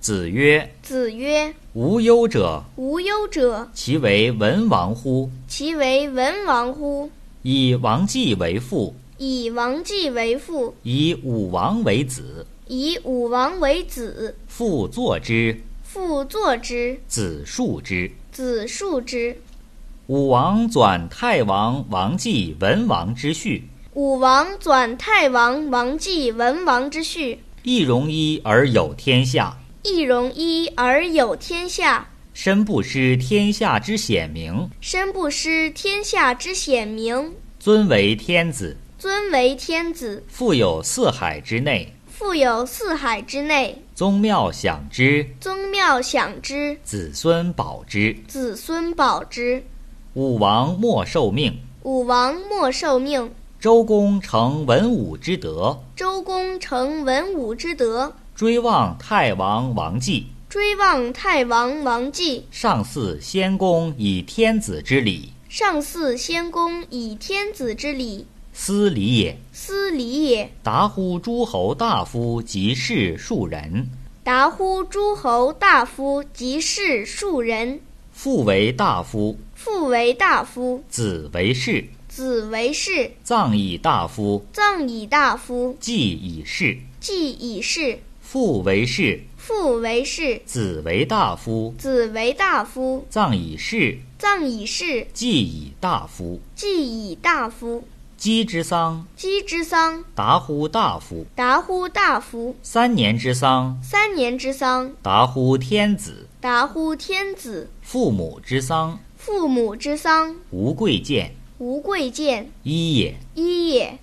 子曰子曰：“无忧者，：“无忧者，其为文王乎？其为文王乎？以王季为父，以王季为父，以武王为子。以武王为子。父作之，父作之，子述之。子述之。武王转太王王季文王之序，武王转太王王季文王之序，一容一而有天下，一容一而有天下，身不失天下之显明，身不失天下之显明。尊为天子。尊为天子，复有四海之内，富有四海之内，宗庙享之，宗庙享之，子孙保之。子孙保之。武王莫受命，武王莫受命，周公成文武之德，周公成文武之德，追望太王王季。”追望太王王继，上祀先公以天子之礼，上祀先公以天子之礼，斯礼也。斯礼也。达乎诸侯大夫及士庶人，达乎诸侯大夫及士庶人，父为大夫，父为大夫，子为士，子为士，葬以大夫，葬以大夫，祭以士。祭以士，父为士，父为士，子为大夫，子为大夫，葬以士，葬以士，祭以大夫。祭以大夫。姬之丧，姬之丧，达乎大夫；达乎大夫；三年之丧，三年之丧，达乎天子；达乎天子；父母之丧，父母之丧，无贵贱，无贵贱，一也。一也。